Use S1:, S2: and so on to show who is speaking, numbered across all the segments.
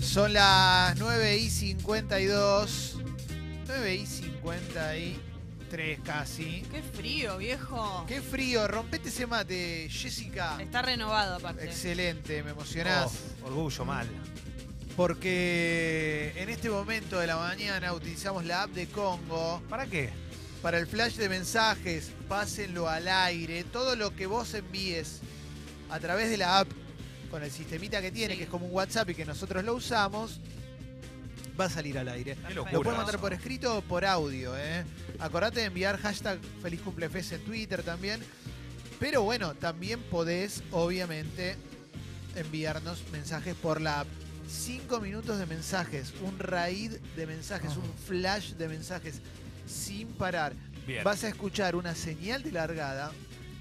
S1: Son las 9 y 52. 9 y 53 casi.
S2: Qué frío, viejo.
S1: Qué frío, rompete ese mate, Jessica.
S2: Está renovado aparte.
S1: Excelente, me emocionás.
S3: Oh, orgullo mal.
S1: Porque en este momento de la mañana utilizamos la app de Congo
S3: ¿Para qué?
S1: para el flash de mensajes. Pásenlo al aire. Todo lo que vos envíes a través de la app, con el sistemita que tiene,
S2: Sí.
S1: que es como un WhatsApp y que nosotros lo usamos, va a salir al aire.
S3: Qué
S2: Lo
S3: locura.
S1: Lo puedes mandar
S2: Curazo.
S1: por escrito o por audio, ¿eh? Acordate de enviar hashtag Feliz Cumplefest en Twitter también. Pero bueno, también podés, obviamente, enviarnos mensajes por la app. Cinco minutos de mensajes, un raid de mensajes,
S3: Oh.
S1: un flash de mensajes, sin parar.
S3: Bien.
S1: Vas a escuchar una señal de largada,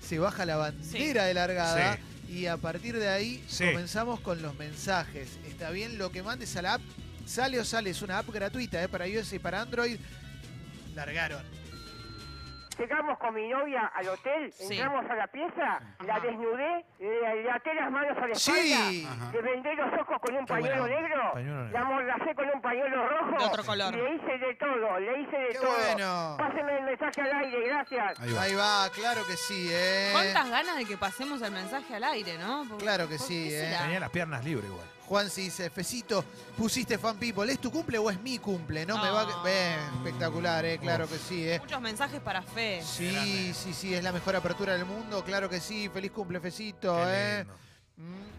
S1: se baja la bandera de largada y a partir de ahí
S3: Sí.
S1: comenzamos con los mensajes. Está bien, lo que mandes a la app, sale o sale, es una app gratuita eh, para iOS y para Android. Largaron.
S4: Llegamos con mi novia al hotel,
S2: Sí.
S4: entramos a la pieza, la desnudé, le, le até las manos a la espalda,
S1: Sí,
S4: le vendé los ojos con un
S3: Qué buena
S4: pañuelo
S3: onda.
S4: negro,
S3: Pañuelo negro.
S4: la mordacé con un pañuelo rojo,
S2: De otro color.
S4: y le hice de todo, le hice de
S1: qué
S4: todo.
S1: bueno.
S4: Pásenme el mensaje al aire, gracias.
S5: Ahí va.
S1: Ahí va, claro que sí, ¿eh?
S2: ¿Cuántas ganas de que pasemos el mensaje al aire, no? Porque-
S1: Claro que
S2: ¿por
S1: sí,
S2: qué
S1: eh.
S2: será?
S3: Tenía las piernas libres igual.
S1: Juan si dice, Fecito, pusiste fan people, ¿es tu cumple o es mi cumple? No, me
S3: Ah.
S1: va...
S2: No.
S1: a- Bien, espectacular, ¿eh? Claro que sí, ¿eh?
S2: Muchos mensajes para Fe.
S1: Sí, sí, sí, es la mejor apertura del mundo, claro que sí, feliz cumple, Fecito,
S3: Qué
S1: ¿eh?
S3: lindo.
S1: Mm.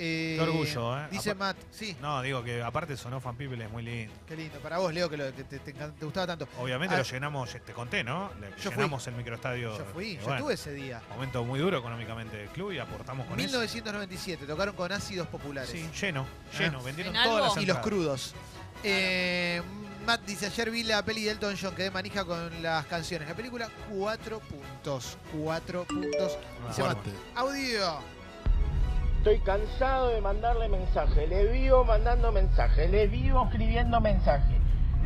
S1: Eh,
S3: Qué orgullo, ¿eh?
S1: Dice
S3: Apa-
S1: Matt, sí,
S3: No, digo que aparte sonó Fan People, es muy lindo.
S1: qué lindo. Para vos, Leo, que lo- que te, te encan- te gustaba tanto.
S3: Obviamente
S1: Ah.
S3: lo llenamos, te conté, ¿no? Le-
S1: Yo fui.
S3: llenamos el microestadio.
S1: Yo fui,
S3: y
S1: yo
S3: bueno,
S1: estuve ese día.
S3: Momento muy duro económicamente del club y aportamos con eso.
S1: 1997, tocaron con ácidos populares.
S3: Sí, lleno, lleno.
S1: Ah.
S3: Vendieron
S2: ¿En
S3: todas
S2: algo?
S3: las
S1: Y los
S3: entradas.
S1: crudos. Eh, Matt dice, ayer vi la peli de Elton John, quedé manija con las canciones. La película, cuatro puntos. Cuatro puntos.
S3: Ah,
S1: Dice Matt,
S5: Fuerte.
S1: audio.
S6: Estoy cansado de mandarle mensajes. Les vivo mandando mensajes. Les vivo escribiendo mensajes.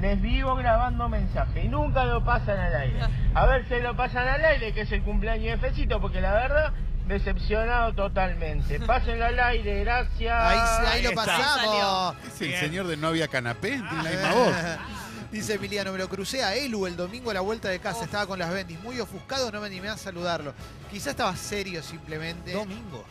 S6: Les vivo grabando mensajes. Y nunca lo pasan al aire. A ver si lo pasan al aire, que es el cumpleaños de Fecito, porque la verdad, decepcionado totalmente. Pásenlo al aire, gracias.
S1: Ahí, ahí lo
S3: está.
S1: pasamos.
S5: Es el
S3: Bien.
S5: señor de novia canapé,
S2: Ah.
S5: tiene la misma voz.
S1: Dice Emiliano, me lo crucé a Elu el domingo a la vuelta de casa.
S2: Oh.
S1: Estaba con las bendis, muy ofuscado, no me animé a saludarlo. Quizás estaba serio simplemente.
S3: Domingo.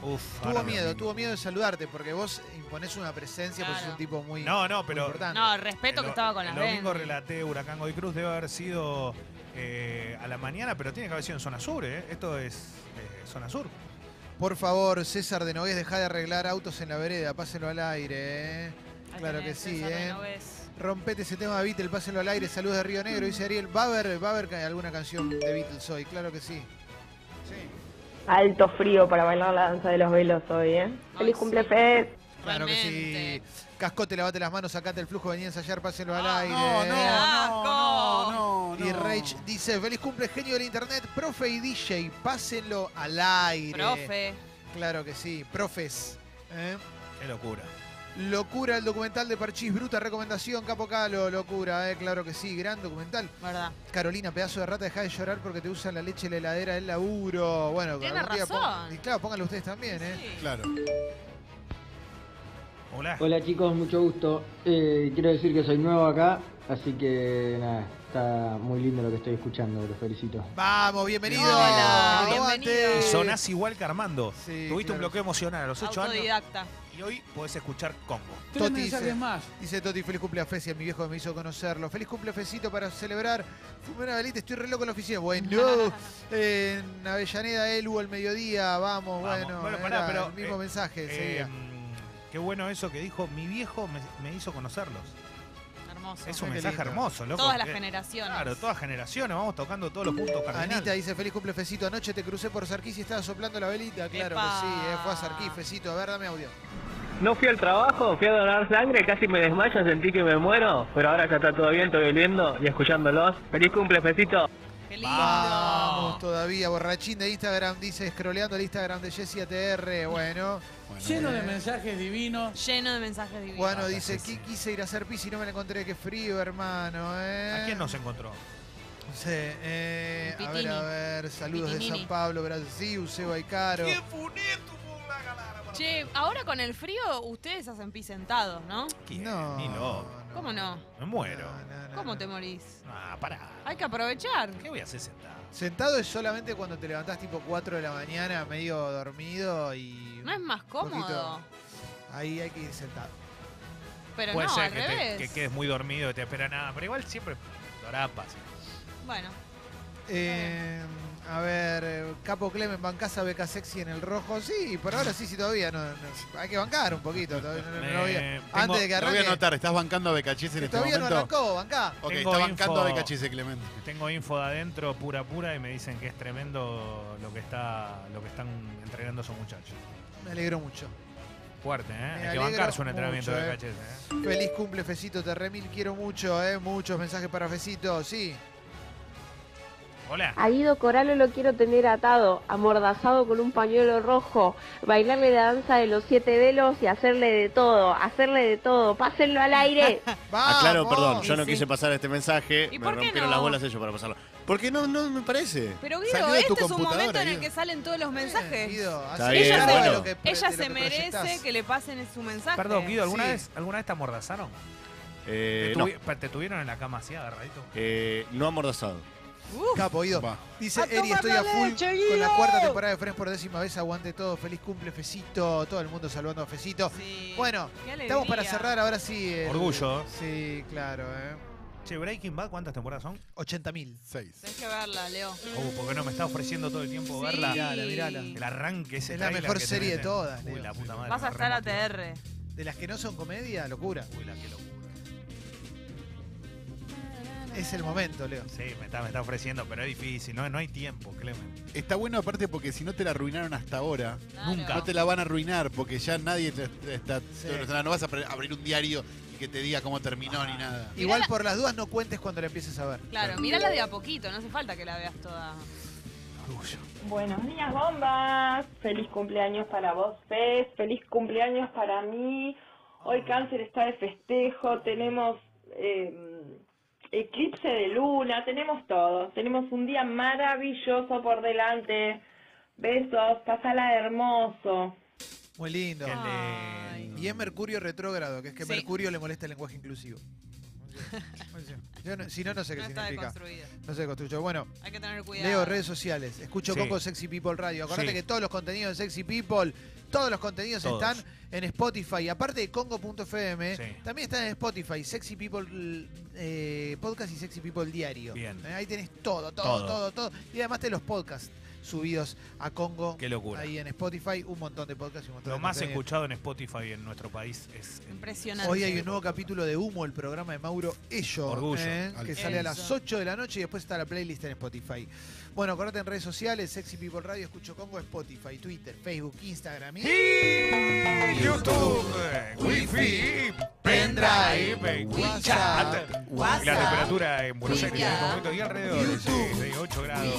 S3: Uf,
S1: Tuvo
S3: ahora
S1: miedo,
S3: domingo.
S1: tuvo miedo de saludarte porque vos imponés una presencia, pues es
S2: Claro.
S1: un tipo muy,
S3: No, no,
S1: muy
S3: pero-
S1: importante.
S2: No, respeto
S3: El
S2: que
S3: do-
S2: estaba con las
S3: El domingo
S2: Bendy.
S3: relaté Huracán Godoy Cruz, debe haber sido eh, a la mañana, pero tiene que haber sido en zona sur, ¿eh? Esto es eh, zona sur.
S1: Por favor, César de Nogués, deja de arreglar autos en la vereda, pásenlo al aire. ¿eh?
S2: Ahí
S1: Claro
S2: tenés,
S1: que sí,
S2: César
S1: ¿eh?
S2: Renovés.
S1: Rompete ese tema de Beatles, pásenlo al aire. Saludos de Río Negro, dice Ariel. ¿Va a haber, va a haber ca- alguna canción de Beatles hoy? Claro que sí.
S7: Alto frío para bailar la danza de los velos hoy, ¿eh? ¡Feliz
S2: sí.
S7: cumple, Fed!
S1: Claro que sí.
S2: Realmente.
S1: Cascote, lavate las manos, sacate el flujo, vení a ensayar, pásenlo al
S2: Ah,
S1: aire.
S5: No, no,
S2: asco.
S5: no, no, no.
S1: Y Rage dice, feliz cumple genio del internet, profe y DJ, pásenlo al aire.
S2: Profe.
S1: Claro que sí, profes. ¿eh?
S3: Qué locura.
S1: Locura el documental de Parchís, bruta recomendación, Capo Calo, locura, ¿eh? claro que sí, gran documental.
S2: Verdad.
S1: Carolina, pedazo de rata, deja de llorar porque te usan la leche en la heladera del laburo. Bueno,
S2: Tiene
S1: algún día pon-
S2: razón.
S1: Y claro, pónganlo ustedes también, ¿eh?
S2: Sí.
S5: Claro.
S3: Hola.
S1: Pues,
S8: Hola chicos, mucho gusto. Eh, quiero decir que soy nuevo acá, así que nada, está muy lindo lo que estoy escuchando, los felicito.
S1: Vamos, bienvenido.
S2: Hola,
S1: Aguante.
S2: bienvenido.
S3: Y sonás igual que Armando.
S1: Sí,
S3: Tuviste
S1: claro.
S3: un bloqueo emocional a los 8 años
S2: Autodidacta.
S3: y hoy podés escuchar Congo.
S1: Tres mensajes
S8: más.
S1: Dice Toti, feliz cumple a Fesi, a mi viejo que me hizo conocerlo. Feliz cumple Fecito para celebrar. Fumé una velita, estoy re loco en la oficina. Bueno, en Avellaneda, Elu, al mediodía, vamos,
S3: Vamos.
S1: bueno.
S3: Bueno, pará,
S1: era
S3: pero,
S1: El mismo
S3: eh,
S1: mensaje
S3: Eh,
S1: seguía.
S3: mm, qué bueno eso que dijo, mi viejo me, me hizo conocerlos.
S2: Hermoso.
S3: Es un
S1: Oh, Qué
S3: mensaje
S1: lindo.
S3: hermoso, loco.
S2: Todas las
S3: que-
S2: generaciones.
S3: Claro, todas generaciones, vamos tocando todos los puntos
S1: Anita
S3: cardinales.
S1: dice, feliz cumple Fecito. Anoche te crucé por Sarquís y estaba soplando la velita. Claro
S2: Epa.
S1: que sí, eh, fue a Sarquís, Fecito. A ver, dame audio.
S6: No fui al trabajo, fui a donar sangre, casi me desmayo, sentí que me muero, pero ahora ya está todo bien, estoy viviendo y escuchándolos. ¡Feliz cumple, Fecito!
S2: Qué lindo. Ah.
S1: Vamos todavía. Borrachín de Instagram dice, scrolleando el Instagram de Jessie ATR. Bueno.
S5: Bueno,
S8: Lleno
S1: de
S8: mensajes divinos.
S2: Lleno de mensajes divinos.
S1: Bueno,
S3: Basta,
S1: dice,
S3: Jessy.
S1: "Qui- quise ir a hacer pis y no me la encontré, qué frío, hermano, eh.
S3: ¿A quién nos encontró?
S1: Sí, eh, a ver,
S2: Pitini.
S1: a ver, saludos de
S2: Pitinini.
S1: San Pablo, Brasil, Seba y Caro.
S2: Che, ahora con el frío ustedes hacen pis sentados, ¿no?
S3: ¿Quién?
S1: No.
S3: Ni loco.
S2: ¿Cómo no?
S3: Me muero.
S1: No, no,
S2: ¿Cómo
S1: no.
S2: te morís?
S3: Ah, pará.
S2: Hay que aprovechar.
S3: ¿Qué voy a hacer sentado?
S1: Sentado es solamente cuando te levantás tipo 4 de la mañana, medio dormido y
S2: No es más cómodo.
S1: ahí hay que ir sentado.
S2: Pero
S3: Puede
S2: no,
S3: ser
S2: al
S3: que, te-
S2: revés.
S3: que quedes muy dormido y te espera nada, pero igual siempre dorapas.
S2: Bueno,
S1: Eh, a ver, eh, Capo Clemen, bancás a Beca Sexy en el rojo. Sí, por ahora sí, sí, todavía. No, no- hay que bancar un poquito. todavía no- no- no voy a-
S3: Me-
S1: antes de que
S5: Lo voy a
S1: arranque.
S5: anotar, ¿estás bancando a Becachis en
S1: que
S5: este
S1: todavía no
S5: momento?
S1: arrancó, bancá.
S5: ok,
S3: Tengo
S5: está bancando
S3: info.
S5: a Becachis, Clemente.
S3: Tengo info de adentro pura pura y me dicen que es tremendo lo que está lo que están entrenando esos muchachos.
S1: Me alegro mucho.
S3: Fuerte, ¿eh? Hay que
S1: alegro
S3: bancarse un
S1: mucho,
S3: entrenamiento de
S1: eh.
S3: cachete. ¿eh?
S1: Feliz cumple, Fecito. Te remil quiero mucho, ¿eh? Muchos mensajes para Fecito, sí.
S3: Hola.
S7: A Guido Coralo lo quiero tener atado, amordazado con un pañuelo rojo, bailarle la danza de los siete velos y hacerle de todo, hacerle de todo, pásenlo al aire.
S1: ¡Vamos!
S9: Aclaro, Ah, perdón, yo
S2: Y
S9: no
S2: sí.
S9: quise pasar este mensaje,
S2: ¿Y
S9: me
S2: por qué
S9: rompieron
S2: no?
S9: las bolas ellos para pasarlo. Porque no, no me parece.
S2: pero Guido,
S5: Salió de tu
S2: este es un
S5: computadora,
S2: momento en el
S5: Guido.
S2: que salen todos los mensajes.
S1: Bien, Guido,
S9: Está
S1: hacé
S9: bien,
S1: cargo de
S9: bueno.
S1: lo que- de
S2: Ella
S1: lo
S2: se
S1: que
S2: merece
S1: proyectás.
S2: que le pasen su mensaje.
S3: Perdón, Guido, ¿alguna
S1: Sí.
S3: vez alguna vez te amordazaron?
S9: Eh,
S3: ¿Te,
S9: no,
S3: tuvi- te tuvieron en la cama así agarradito?
S9: eh, no amordazado.
S2: Uf,
S1: Capo, Guido.
S5: Va.
S1: Dice
S2: A
S1: Eri,
S2: tomar
S1: estoy
S2: la
S1: a full
S2: leche,
S1: con la
S2: Guido.
S1: cuarta temporada de Friends por décima vez. Aguante todo. Feliz cumple, Fecito. Todo el mundo saludando a Fecito.
S2: sí.
S1: Bueno,
S2: Qué
S1: Estamos para
S2: alegría.
S1: cerrar ahora sí. el-
S3: Orgullo.
S1: Sí, claro, ¿eh?
S3: Che, Breaking Bad, ¿cuántas temporadas son?
S1: 80.000.
S5: Seis.
S2: Tenés que verla, Leo.
S3: Oh, porque no me está ofreciendo todo el tiempo
S2: Sí.
S3: verla.
S1: Mirala, mirala.
S3: El arranque ese
S1: Es la
S3: trailer
S1: mejor
S3: que te
S1: serie de
S3: meten.
S1: todas,
S3: Uy,
S1: Leo.
S3: la puta madre.
S2: Vas a
S3: me
S2: estar
S3: remotiva.
S2: ATR.
S1: De las que no son comedia, locura.
S3: Uy, la que locura.
S1: Es el momento, Leo.
S3: Sí, me está, me está ofreciendo, pero es difícil. No, no hay tiempo, Clemen.
S5: Está bueno aparte porque si no te la arruinaron hasta ahora,
S2: Claro.
S3: Nunca.
S5: no te la van a arruinar porque ya nadie te- te- está...
S1: Sí.
S5: o sea, no vas a pre- abrir un diario y que te diga cómo terminó ni nada.
S2: Mirá
S1: Igual
S2: la-
S1: por las dudas no cuentes cuando la empieces a ver.
S2: Claro, mírala de a poquito, no hace falta que la veas toda.
S3: Orgullo.
S7: Buenos días, bombas. Feliz cumpleaños para vos, Fez. Feliz cumpleaños para mí. Hoy Cáncer está de festejo. Tenemos eh, eclipse de luna. Tenemos todo. Tenemos un día maravilloso por delante. Besos. Pasala hermoso.
S1: Muy lindo.
S3: Qué
S2: Ay.
S3: lindo.
S1: Y es Mercurio retrógrado, que es que
S2: Sí.
S1: Mercurio le molesta el lenguaje inclusivo. Yo no- si no, no sé qué
S2: No está
S1: significa.
S2: deconstruida.
S1: No sé, construyo. Bueno,
S2: Hay que tener cuidado.
S1: Leo, redes sociales. Escucho
S3: Sí.
S1: Coco Sexy People Radio. Acordate
S3: Sí.
S1: que todos los contenidos de Sexy People, todos los contenidos
S3: Todos.
S1: están en Spotify. Aparte de Congo.fm,
S3: Sí.
S1: también están en Spotify, Sexy People eh, Podcast y Sexy People Diario.
S3: Bien.
S1: Eh, Ahí tenés todo, todo, todo,
S3: Todo.
S1: todo. Y además tenés los podcasts subidos a Congo.
S3: Qué locura.
S1: Ahí en Spotify, un montón de podcasts y un montón
S3: Lo
S1: de
S3: más
S1: contenido.
S3: escuchado en Spotify en nuestro país es. el-
S2: Impresionante.
S1: Hoy hay un nuevo capítulo de Humo, el programa de Mauro Ello,
S3: Orgullo.
S1: ¿eh?
S5: Al
S1: que
S5: fin.
S1: sale a las
S2: Eso.
S1: 8 de la noche y después está la playlist en Spotify. Bueno, acordate en redes sociales, Sexy People Radio, Escucho Congo, Spotify, Twitter, Facebook, Instagram y...
S3: Y YouTube, eh, Wi-Fi, pendrive, WhatsApp. Y la temperatura en Buenos Aires en este momento y alrededor de 8 grados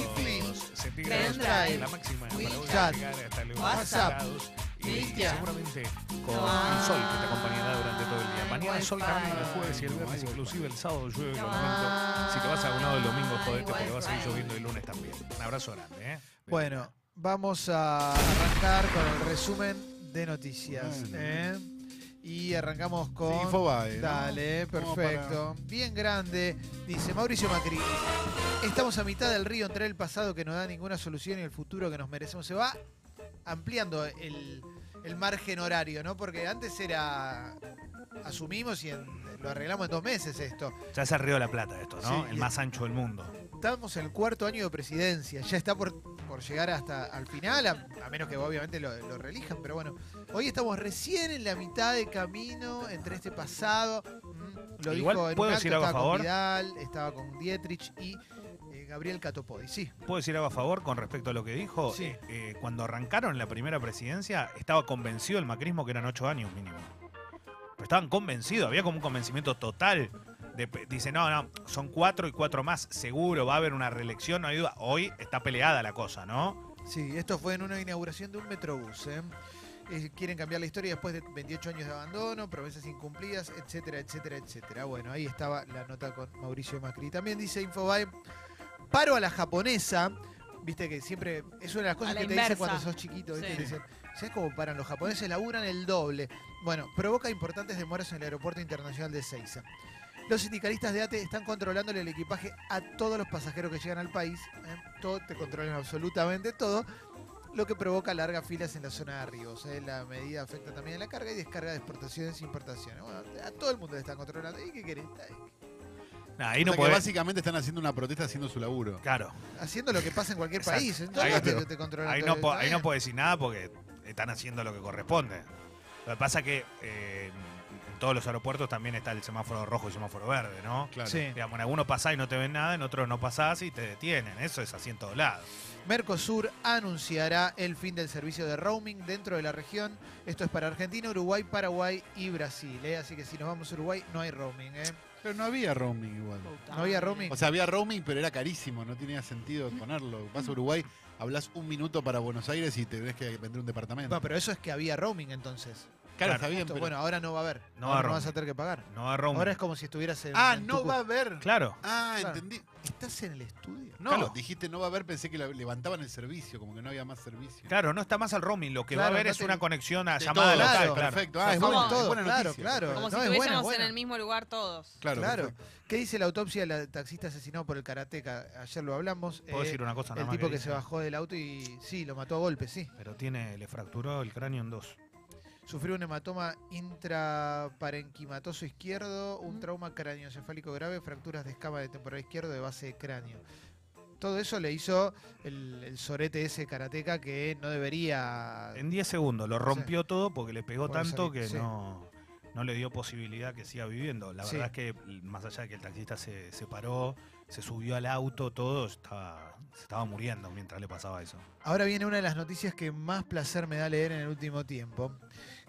S3: centígrados.
S1: Pendrive,
S3: La máxima para
S1: WeChat,
S3: hoy va a llegar hasta los
S1: WhatsApp,
S3: 8 grados. Y
S1: Cristian.
S3: seguramente con
S2: Ah.
S3: el sol que te acompañará durante todo el día. Mañana el sol
S2: Wi-Fi.
S3: también el jueves y el viernes, inclusive el sábado llueve por
S1: Ah.
S3: momento. Si te vas a un lado el domingo, jodete porque
S2: Wi-Fi.
S3: vas a ir lloviendo el lunes también. Un abrazo grande, ¿eh?
S1: Bueno, vamos a arrancar con el resumen de noticias.
S5: Bueno.
S1: ¿eh? Y arrancamos con...
S5: Sí, Infobae, ¿no?
S1: Dale,
S5: Como
S1: perfecto. Bien grande, dice Mauricio Macri. Estamos a mitad del río entre el pasado que no da ninguna solución y el futuro que nos merecemos. Se va ampliando el, el margen horario, ¿no? Porque antes era. Asumimos y en- lo arreglamos en dos meses esto.
S3: Ya es el Río de la Plata esto, ¿no?
S1: Sí.
S3: el más ancho del mundo.
S1: Estamos en el cuarto año de presidencia. Ya está por, por llegar hasta al final, a, a menos que obviamente lo, lo relijan, pero bueno. Hoy estamos recién en la mitad de camino entre este pasado. Mm, Lo
S3: Igual,
S1: dijo en un
S3: ¿puedo
S1: acto,
S3: decir algo a
S1: estaba
S3: favor?
S1: con Vidal, estaba con Dietrich y eh, Gabriel Catopodi. Sí,
S3: ¿Puedo decir algo a favor con respecto a lo que dijo?
S1: Sí.
S3: Eh, eh, cuando arrancaron la primera presidencia, estaba convencido el macrismo que eran ocho años mínimo. Pero estaban convencidos, había como un convencimiento total. De pe- dice, no, no, son cuatro y cuatro más, seguro va a haber una reelección, no hay duda. Hoy está peleada la cosa, ¿no?
S1: sí, esto fue en una inauguración de un metrobús. ¿eh? Eh, quieren cambiar la historia después de 28 años de abandono, promesas incumplidas, etcétera, etcétera, etcétera. Bueno, ahí estaba la nota con Mauricio Macri. También dice Infobae, paro a la japonesa. Viste que siempre es una de las cosas
S2: A la
S1: que te
S2: inversa.
S1: dicen cuando sos chiquito. ¿viste?
S2: Sí.
S1: Te dicen, ¿Sabes cómo paran los japoneses? Laburan el doble. Bueno, provoca importantes demoras en el aeropuerto internacional de Seiza. Los sindicalistas de ATE están controlándole el equipaje a todos los pasajeros que llegan al país. ¿eh? Todo, te controlan absolutamente todo. Lo que provoca largas filas en la zona de arribos. ¿eh? La medida afecta también a la carga y descarga de exportaciones e importaciones. Bueno, a todo el mundo le están controlando. ¿Y qué querés? Está ahí.
S3: Nah, ahí
S5: O
S3: no
S5: sea que
S3: podés.
S5: básicamente están haciendo una protesta haciendo su laburo.
S3: Claro.
S1: Haciendo lo que pasa en cualquier
S3: Exacto.
S1: país. En todos
S3: Ahí
S1: lados
S3: no-
S1: te, te controlan
S3: Ahí
S1: todo.
S3: no, po-
S1: Está
S3: ahí no
S1: bien.
S3: puedo decir nada porque están haciendo lo que corresponde. Lo que pasa que eh, en todos los aeropuertos también está el semáforo rojo y el semáforo verde, ¿no?
S5: Claro.
S1: Sí.
S3: Digamos, en algunos pasás y no te ven nada, en otros no pasás y te detienen. Eso es así en todos lados.
S1: Mercosur anunciará el fin del servicio de roaming dentro de la región. Esto es para Argentina, Uruguay, Paraguay y Brasil. ¿eh? Así que si nos vamos a Uruguay, no hay roaming. ¿eh?
S5: Pero no había roaming igual.
S2: Puta
S1: No había
S2: madre.
S1: roaming.
S5: O sea, había roaming, pero era carísimo, no tenía sentido ponerlo. Vas a Uruguay, hablas un minuto para Buenos Aires y tenés que vender un departamento.
S1: Bueno, pero eso es que había roaming entonces.
S5: claro, está bien,
S1: Esto,
S5: pero-
S1: Bueno, ahora no va a haber.
S3: No
S1: ahora
S3: va a
S1: no vas a
S3: roaming.
S1: tener que pagar.
S3: No agarró un-
S1: Ahora es como si estuvieras en.
S5: Ah,
S1: en Ah,
S5: no
S1: Tucu-
S5: va a haber.
S3: Claro.
S5: Ah,
S1: Claro.
S5: entendí.
S1: ¿Estás en el estudio?
S3: No.
S5: Claro, dijiste no va a haber, pensé que la- levantaban el servicio, como que no había más servicio.
S3: Claro, no está más al roaming. Lo que
S1: Claro,
S3: va a haber
S1: no
S3: es
S1: te-
S3: una conexión a
S5: De
S3: llamada
S5: todo,
S3: local.
S1: claro,
S3: claro.
S5: Perfecto. Ah, es
S2: Como-
S5: buena, es buena
S1: claro,
S5: noticia.
S1: claro.
S2: Como si
S1: No, es buena,
S2: estuviésemos
S1: buena.
S2: en el mismo lugar todos.
S5: Claro,
S1: Claro.
S5: perfecto.
S1: ¿Qué dice la autopsia del taxista asesinado por el karateca? Ayer lo hablamos.
S3: ¿Puedo
S1: eh,
S3: decir una cosa nada
S1: el
S3: más
S1: tipo que,
S3: dice?
S1: se bajó del auto y sí, lo mató a golpe, sí.
S3: Pero tiene, le fracturó el cráneo en dos.
S1: Sufrió un hematoma intraparenquimatoso izquierdo, un trauma craneoencefálico grave, fracturas de escama de temporal izquierdo de base de cráneo. Todo eso le hizo el, el sorete ese karateca que no debería.
S3: En 10 segundos. Lo rompió todo porque le pegó
S1: Por
S3: tanto
S1: salir,
S3: que
S1: sí.
S3: no, no le dio posibilidad que siga viviendo. La
S1: Sí.
S3: verdad es que, más allá de que el taxista se separó, se subió al auto, todo, estaba, se estaba muriendo mientras le pasaba eso.
S1: Ahora viene una de las noticias que más placer me da leer en el último tiempo,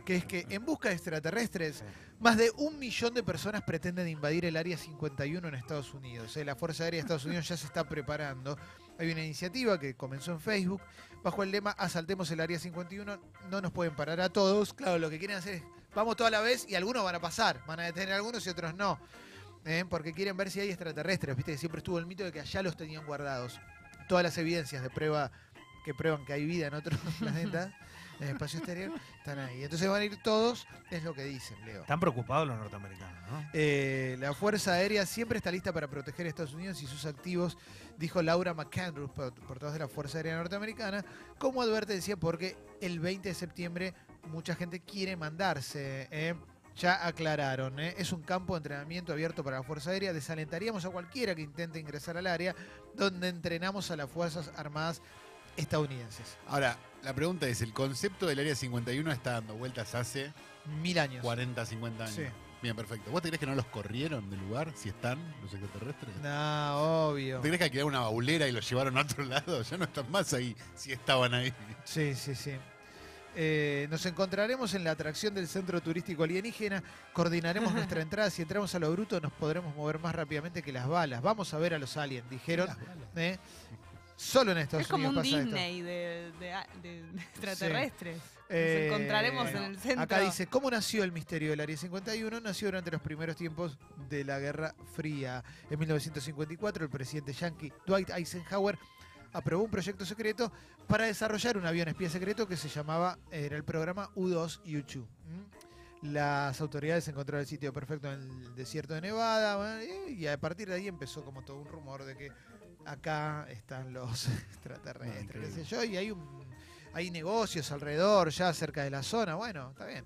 S1: que es que en busca de extraterrestres, más de un millón de personas pretenden invadir el Área 51 en Estados Unidos. ¿eh? La Fuerza Aérea de Estados Unidos ya se está preparando. Hay una iniciativa que comenzó en Facebook bajo el lema Asaltemos el Área 51, no nos pueden parar a todos. Claro, lo que quieren hacer es, vamos toda la vez y algunos van a pasar, van a detener a algunos y otros no. ¿eh? Porque quieren ver si hay extraterrestres, viste que siempre estuvo el mito de que allá los tenían guardados. Todas las evidencias de prueba que prueban que hay vida en otros planetas, en el espacio exterior, están ahí. Entonces van a ir todos, es lo que dicen, Leo.
S3: Están preocupados los norteamericanos, ¿no?
S1: Eh, la Fuerza Aérea siempre está lista para proteger a Estados Unidos y sus activos, dijo Laura McAndrews, por- portavoz de la Fuerza Aérea Norteamericana, como advertencia porque el 20 de septiembre mucha gente quiere mandarse. ¿eh? Ya aclararon, ¿eh? es un campo de entrenamiento abierto para la Fuerza Aérea. Desalentaríamos a cualquiera que intente ingresar al área donde entrenamos a las Fuerzas Armadas estadounidenses.
S5: Ahora, la pregunta es, el concepto del Área 51 está dando vueltas hace
S1: Mil años.
S5: 40, 50 años.
S1: Sí.
S5: Bien, perfecto. ¿Vos te crees que no los corrieron del lugar si están los extraterrestres?
S1: No, obvio.
S5: ¿Te crees que alquilaron una baulera y los llevaron a otro lado? Ya no están más ahí si estaban ahí.
S1: Sí, sí, sí. Eh, nos encontraremos en la atracción del centro turístico alienígena, coordinaremos nuestra entrada, si entramos a lo bruto nos podremos mover más rápidamente que las balas. Vamos a ver a los aliens, dijeron. ¿eh? Solo en Estados
S2: Es como
S1: Unidos
S2: un
S1: pasa esto.
S2: Disney de, de- de- de extraterrestres.
S1: Eh,
S2: Nos encontraremos en el centro.
S1: Acá dice, ¿cómo nació el misterio del Área 51? Nació durante los primeros tiempos de la Guerra Fría. En 1954, el presidente yankee Dwight Eisenhower aprobó un proyecto secreto para desarrollar un avión espía secreto que se llamaba, era el programa U-2 U-2. ¿m? ¿Mm? Las autoridades encontraron el sitio perfecto en el desierto de Nevada bueno, eh, y a partir de ahí empezó como todo un rumor de que acá están los extraterrestres, qué sé yo, y hay un hay negocios alrededor, ya cerca de la zona. Bueno, está bien.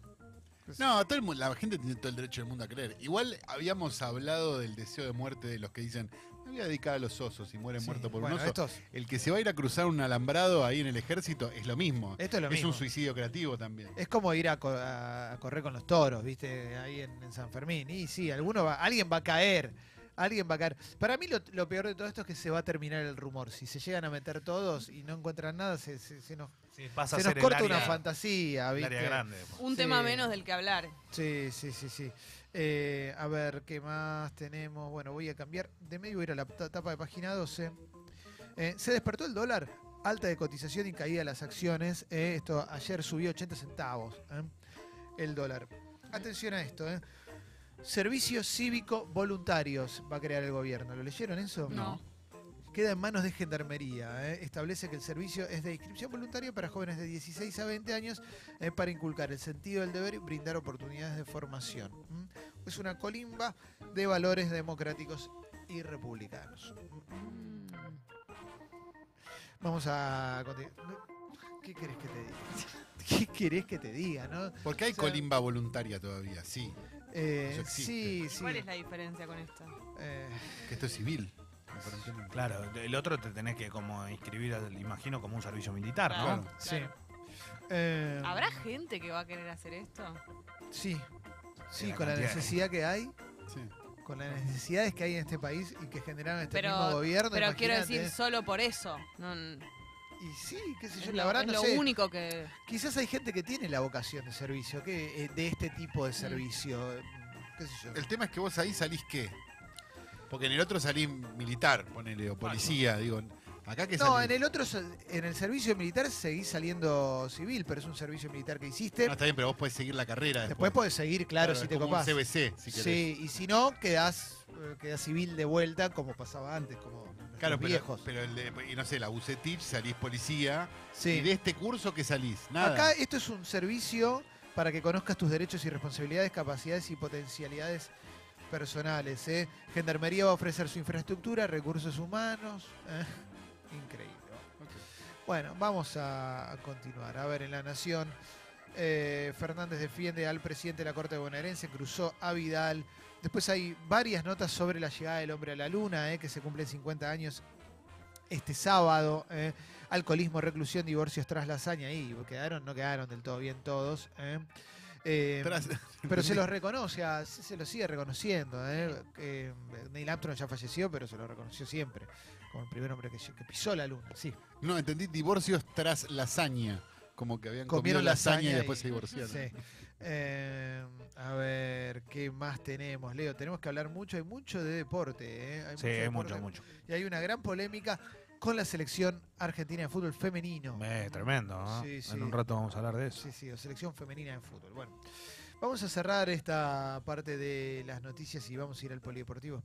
S1: Pues
S5: No, todo el mu- la gente tiene todo el derecho del mundo a creer. Igual habíamos hablado del deseo de muerte de los que dicen, me voy a dedicar a los osos y mueren
S1: Sí,
S5: muerto por
S1: bueno,
S5: un oso.
S1: estos-
S5: El que se va a ir a cruzar un alambrado ahí en el ejército es lo mismo.
S1: Esto es lo
S5: es
S1: mismo. Eh,
S5: un suicidio creativo también.
S1: Es como ir a, co- a- a correr con los toros, ¿viste? Ahí en, en San Fermín. Y sí, alguno va, alguien va a caer. Alguien va a caer. Para mí lo, lo peor de todo esto es que se va a terminar el rumor. Si se llegan a meter todos y no encuentran nada, se, se- se nos,
S3: pasa
S1: se nos corta una fantasía,
S3: el
S1: ¿viste?
S3: área grande. pues.
S2: Un
S1: Sí.
S2: tema menos del que hablar.
S1: Sí, sí, sí, sí. Eh, a ver, ¿qué más tenemos? Bueno, voy a cambiar de medio, voy a ir a la ta- tapa de página 12. Eh, se despertó el dólar, alta de cotización y caída de las acciones. eh, esto ayer subió 80 centavos eh, el dólar. Atención a esto, eh. Servicios cívico voluntarios va a crear el gobierno. ¿Lo leyeron eso?
S2: No.
S1: queda en manos de Gendarmería. ¿eh? Establece que el servicio es de inscripción voluntaria para jóvenes de 16 a 20 años eh, para inculcar el sentido del deber y brindar oportunidades de formación. ¿m? Es una colimba de valores democráticos y republicanos. Vamos a continuar. No, ¿Qué querés que te diga? ¿Qué querés que te diga, no?
S5: Porque hay
S1: O sea-
S5: colimba voluntaria todavía, sí.
S1: Eh,
S5: Eso existe.
S1: sí, sí.
S2: ¿Cuál es la diferencia con esta?
S1: eh,
S5: Que esto es civil. aparentemente.
S3: Claro, el otro te tenés que como inscribir, al- imagino, como un servicio militar, ¿no?
S5: Claro.
S1: sí.
S2: Claro.
S1: Eh,
S2: ¿Habrá gente que va a querer hacer esto?
S1: Sí. Sí,
S3: la
S1: con la
S3: cantidad de
S1: necesidad que hay,
S5: Sí.
S1: con las necesidades que hay en este país y que generaron este
S2: Pero-
S1: mismo gobierno.
S2: Pero quiero
S1: imagínate.
S2: decir solo por eso. No, n-
S1: Y sí, qué sé
S2: es
S1: yo,
S2: lo,
S1: la verdad
S2: es
S1: no
S2: lo
S1: sé.
S2: único que.
S1: Quizás hay gente que tiene la vocación de servicio, que eh, de este
S2: Mm.
S1: tipo de servicio, eh, qué sé yo.
S5: El tema es que vos ahí salís qué? Porque en el otro salís militar, ponele, o policía, digo. Acá que
S1: No,
S5: salís?
S1: en el otro, se- en el servicio militar seguís saliendo civil, pero es un servicio militar que hiciste.
S5: No, Ah, está bien, pero vos podés seguir la carrera.
S1: Después podés seguir, claro, si
S5: es
S1: te
S5: como
S1: copás.
S5: Un CBC, si querés.
S1: sí, y si no, quedás, eh, quedás civil de vuelta como pasaba antes, como nuestros
S5: Claro, pero,
S1: viejos.
S5: pero el de- y no sé, la Bucetich, salís policía.
S1: Sí.
S5: Y de este curso que salís, nada.
S1: Acá eh, esto es un servicio para que conozcas tus derechos y responsabilidades, capacidades y potencialidades personales. ¿eh? Gendarmería va a ofrecer su infraestructura, recursos humanos. ¿eh? Increíble. Bueno, vamos a a continuar. A ver, en La Nación, eh, Fernández defiende al presidente de la Corte bonaerense, cruzó a Vidal. Después hay varias notas sobre la llegada del hombre a la luna, ¿eh? que se cumplen 50 años este sábado. ¿eh? alcoholismo, reclusión, divorcios tras la hazaña. Y quedaron, no quedaron del todo bien todos. ¿eh? Eh,
S5: Tras-
S1: pero se los reconoce, a- se se los sigue reconociendo. ¿eh? Eh, Neil Armstrong ya falleció, pero se lo reconoció siempre. Como el primer hombre que, lle- que pisó la luna. Sí.
S5: No, entendí divorcios tras lasaña. Como que habían comido
S1: Comieron
S5: lasaña,
S1: lasaña
S5: y
S1: y-
S5: después se divorciaron.
S1: sí. Eh, a ver, ¿qué más tenemos, Leo? Tenemos que hablar mucho, hay mucho de deporte. ¿eh? Hay
S3: Sí, es mucho,
S1: deporte.
S3: mucho.
S1: Y hay una gran polémica con la selección argentina de fútbol femenino.
S3: Eh, tremendo, ¿no?
S1: Sí, sí.
S3: En un rato vamos a hablar de eso.
S1: Sí, sí, o selección femenina en fútbol. Bueno, vamos a cerrar esta parte de las noticias y vamos a ir al polideportivo. después.